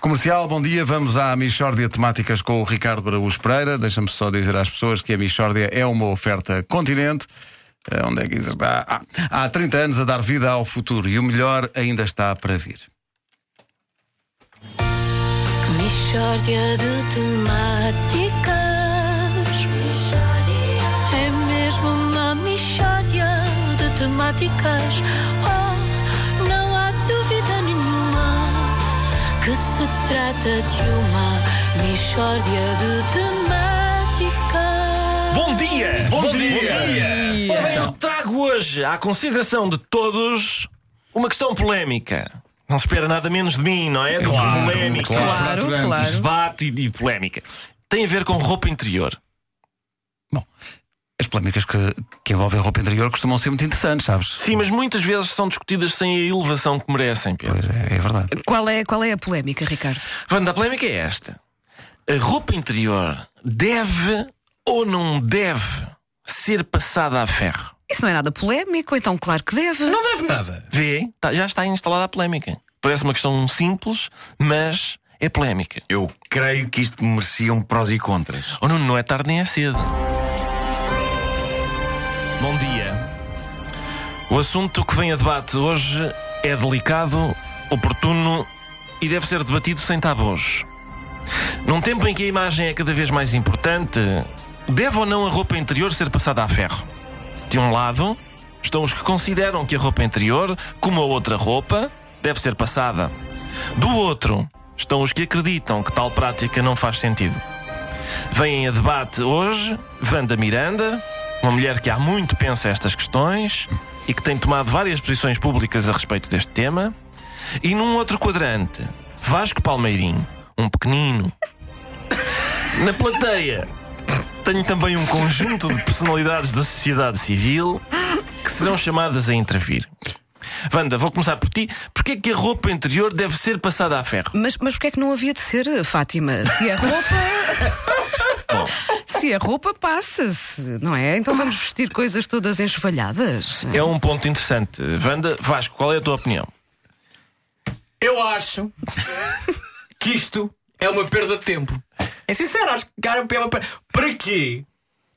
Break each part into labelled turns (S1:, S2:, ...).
S1: Comercial, bom dia. Vamos à Michórdia Temáticas com o Ricardo Araújo Pereira. Deixa-me só dizer às pessoas que a Michórdia é uma oferta continente. Eh, Onde é que isso está? Ah, há 30 anos a dar vida ao futuro e o melhor ainda está para vir.
S2: Mishória de temáticas É mesmo uma mishória de temáticas Oh, não há dúvida nenhuma Que se trata de uma mishória de temáticas
S3: Bom dia! Bom, dia! Ora bem, eu trago hoje à consideração de todos uma questão polémica. Não se espera nada menos de mim, não é? De
S1: Claro,
S3: polémica,
S1: claro,
S3: claro,
S1: claro.
S3: de debate e de polémica. Tem a ver com roupa interior.
S1: Bom, as polémicas que, que envolvem a roupa interior costumam ser muito interessantes, sabes?
S3: Sim, mas muitas vezes são discutidas sem a elevação que merecem, Pedro.
S1: Pois é, é verdade.
S4: Qual é, qual é a polémica, Ricardo?
S3: Vanda, a polémica é esta. A roupa interior deve ou não deve ser passada a ferro?
S4: Isso não é nada polémico, então claro que deve. Não deve.
S3: Vê, tá- já está instalada a polémica. Parece uma questão simples, mas é polémica.
S5: Eu creio que isto merecia um prós e contras.
S3: Oh, Nuno, não é tarde nem é cedo. Bom dia. O assunto que vem a debate hoje é delicado, oportuno e deve ser debatido sem tabus. Num tempo em que a imagem é cada vez mais importante, deve ou não a roupa interior ser passada a ferro? De um lado, estão os que consideram que a roupa interior, como a outra roupa, deve ser passada. Do outro, estão os que acreditam que tal prática não faz sentido. Vêm a debate hoje Wanda Miranda, uma mulher que há muito pensa estas questões e que tem tomado várias posições públicas a respeito deste tema. E num outro quadrante, Vasco Palmeirinho, um pequenino. Na plateia, tenho também um conjunto de personalidades da sociedade civil que serão chamadas a intervir. Wanda, vou começar por ti. Porquê é que a roupa interior deve ser passada a ferro?
S4: Mas, mas porquê é que não havia de ser, Fátima? Se a roupa. Se a roupa passa-se, não é? Então vamos vestir coisas todas enchevalhadas.
S3: É um ponto interessante. Wanda, Vasco, qual é a tua opinião?
S6: Eu acho que isto é uma perda de tempo. É sincero, acho que cara, é uma perda. Para quê?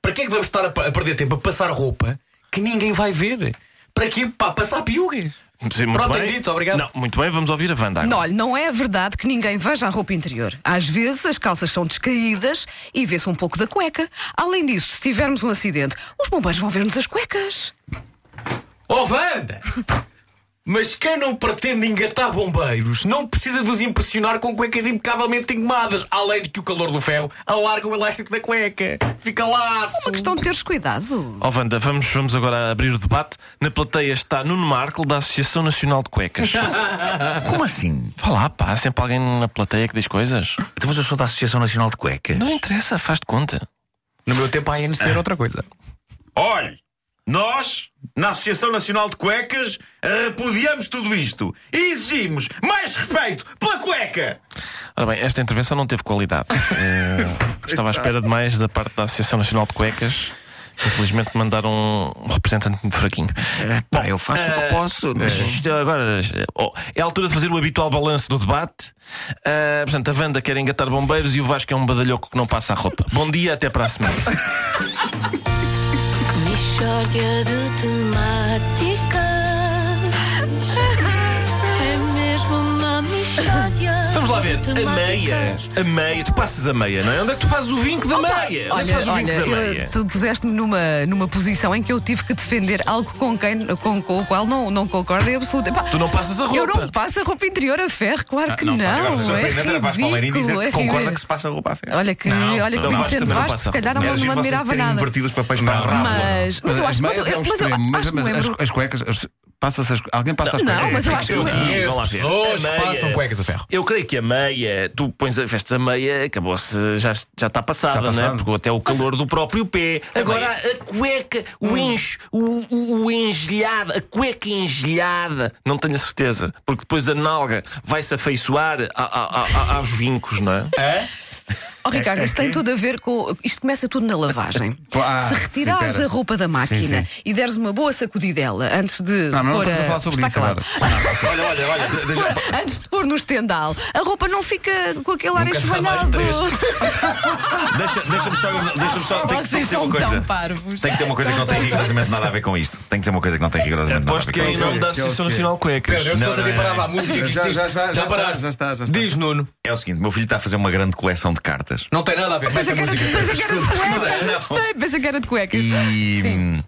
S6: Para que é que vamos estar a, pa- a perder tempo a passar roupa que ninguém vai ver? Para quê? Pá, passar piugas.
S3: Sim, muito
S6: Pronto,
S3: bem.
S6: é dito, obrigado.
S3: Não, muito bem, vamos ouvir a Wanda. agora.
S4: Não, olha, não é verdade que ninguém veja a roupa interior. Às vezes as calças são descaídas e vê-se um pouco da cueca. Além disso, se tivermos um acidente, os bombeiros vão ver-nos as cuecas.
S6: Oh, Wanda! Mas quem não pretende engatar bombeiros não precisa de os impressionar com cuecas impecavelmente engomadas, além de que o calor do ferro alarga o elástico da cueca. Fica lá.
S4: É Uma questão de teres cuidado.
S3: Ó Wanda, vamos, vamos agora abrir o debate. Na plateia está Nuno Marco, da Associação Nacional de Cuecas.
S5: Como assim?
S3: Vá lá, pá, há sempre alguém na plateia que diz coisas.
S5: Então, mas eu sou da Associação Nacional de Cuecas.
S3: Não interessa, faz de conta.
S6: No meu tempo, a ANC era outra coisa.
S5: Olhe, nós, na Associação Nacional de Cuecas, repudiamos tudo isto e exigimos mais respeito pela cueca.
S3: Ora bem, esta intervenção não teve qualidade. Eh, estava à espera de mais da parte da Associação Nacional de Cuecas. Infelizmente mandaram um representante muito fraquinho.
S5: É,
S3: eh,
S5: Pá, eu faço o que posso. é?
S3: Mas isto agora eh, oh, é a altura de fazer o habitual balanço do debate. Eh, portanto, a Wanda quer engatar bombeiros e o Vasco é um badalhoco que não passa a roupa. Bom dia, até para a semana.
S2: Mishória de temáticas É mesmo uma mishória
S3: Vamos lá ver.
S2: de
S3: A meia.
S2: temáticas.
S3: A meia. Tu passas a meia, não é? Onde é que tu fazes o vinco da meia? Onde é que
S4: Olha,
S3: fazes o vinco
S4: olha,
S3: da
S4: eu-
S3: meia?
S4: tu puseste-me numa, numa posição em que eu tive que defender algo com, quem, com, com o qual não, não concordo em absoluto. Epá,
S3: Tu não passas a
S4: eu
S3: roupa. Ah,
S4: não passo a roupa interior a ferro, claro que não.
S5: Agora,
S4: é
S5: surpreendente era Vasco Palmeirinho dizer
S4: ridículo,
S5: que
S4: é
S5: concorda
S4: ridículo.
S5: que se passa a roupa à fé.
S4: Olha que,
S3: Não,
S4: olha que
S3: não, Vasco
S4: conhecendo
S3: também não
S4: Vasco,
S3: passa
S4: se
S3: a
S4: calhar não,
S5: Era
S4: não
S5: giro vocês
S4: admirava
S5: terem
S4: nada.
S5: invertido os papéis para a rábula.
S4: Mas, mas eu
S1: as
S4: acho, mas eu,
S1: meias é um
S4: mas eu
S1: extremo, mas-
S4: acho que me
S1: mas as,
S4: lembro.
S1: as cuecas, as- passa-se as- alguém passa as
S4: Não,
S1: cuecas. É,
S4: mas eu acho que
S3: Eu
S4: me lembro.
S3: conheço
S6: Vamos lá ver.
S3: pessoas que
S6: A meia.
S3: passam cuecas a ferro. Eu creio que a meia, tu pões a vestes a meia, acabou-se, já, já
S1: Está
S3: está passada,
S1: passada.
S3: não é? Porque até o calor do próprio pé. Agora, a cueca, o enjo, o, o, o engelhado, a cueca engelhada, não tenho a certeza, porque depois a nalga vai-se afeiçoar a- a- a- a- aos vincos, não é?
S4: Oh, Ricardo,
S1: É- é
S4: isto tem
S1: quê?
S4: tudo a ver com. Isto começa tudo na lavagem.
S1: Ah,
S4: Se
S1: sim,
S4: retirares
S1: pera.
S4: a roupa da máquina
S1: Sim,
S4: e deres uma boa sacudidela antes de.
S1: Não, mas não
S4: pôr
S1: estamos a
S4: a-
S1: falar sobre
S4: Está
S1: isso
S4: calado.
S1: agora.
S5: Olha, olha,
S3: Ah,
S5: olha. de- deixa-
S4: Antes de pôr no estendal, a roupa não fica com aquele ar
S6: Nunca dá mais
S4: enxovalhado.
S6: três.
S5: Deixa- Deixa-me só. Deixa-me só. Tem que tem que
S4: Vocês
S5: ser uma
S4: são
S5: coisa.
S4: tão parvos.
S5: Tem que ser uma coisa que não tem rigorosamente nada a ver com isto. Tem que ser uma coisa que não tem rigorosamente nada a
S3: Aposto
S5: ver
S3: que
S5: com
S3: é em
S5: isto.
S3: nome da Associação Nacional de Cuecas.
S6: Pedro, eu se
S5: Não,
S6: fosse a
S5: não,
S6: ti
S5: não,
S6: parava
S5: não.
S6: a música que
S1: Já-
S6: isto diz.
S1: já está, já está,
S6: paraste?
S1: já está, já está.
S6: Diz, Nuno.
S5: É o seguinte: meu filho está a fazer uma grande coleção de cartas.
S6: Não tem nada a ver.
S4: Pensa
S6: Mete
S4: que era
S6: a
S4: de
S6: música.
S4: pensa que era de cuecas. assustei, Pensa que era de cuecas.
S5: E.
S4: Sim.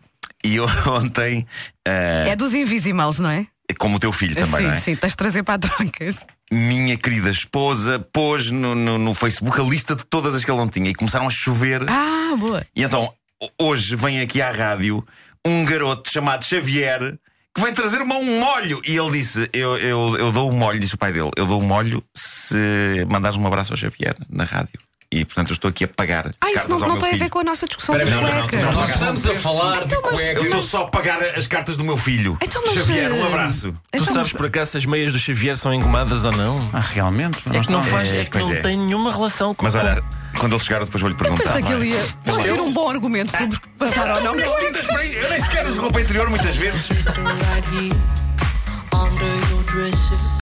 S5: E eu ontem, eh,
S4: É dos Invisimals, não é?
S5: como o teu filho também,
S4: sim,
S5: não é?
S4: sim, tens de trazer para a troca. sim.
S5: minha querida esposa pôs no, no- no Facebook a lista de todas as que ele não tinha e começaram a chover.
S4: Ah, boa.
S5: E então, ho- hoje vem aqui à rádio um garoto chamado Xavier que vem trazer-me um molho. E ele disse: Eu, eu, eu dou um molho, disse o pai dele, eu dou um molho se mandares um abraço ao Xavier na rádio. E portanto, eu estou aqui a pagar.
S4: Ah, isso
S5: cartas
S4: não,
S5: ao
S4: não
S5: meu
S4: tem a
S5: filho.
S4: ver com a nossa discussão
S5: Espera,
S4: das
S5: não, não, não,
S4: cuecas.
S5: não,
S6: Nós estamos a falar de
S5: Eu estou
S6: cuecas.
S5: só a pagar as cartas do meu filho.
S4: Então, mas,
S5: Xavier, um
S4: eh,
S5: abraço.
S3: Tu
S4: Então,
S3: sabes
S4: mas-
S3: por acaso se as meias do Xavier são engomadas ou não?
S1: Ah, realmente?
S3: É que não
S1: está-
S3: faz,
S5: É,
S3: é que
S5: pois
S3: não
S5: é.
S3: tem nenhuma relação com
S5: Mas olha, quando ele chegar, eu depois vou-lhe
S4: Eu
S5: perguntar. é?
S4: pensei que
S5: vai.
S4: ele ia
S5: Mas olha,
S4: ter um bom argumento sobre passar ou não.
S5: Mas tintas para aí, eu nem sequer uso roupa interior muitas vezes.
S2: right here under your dresser.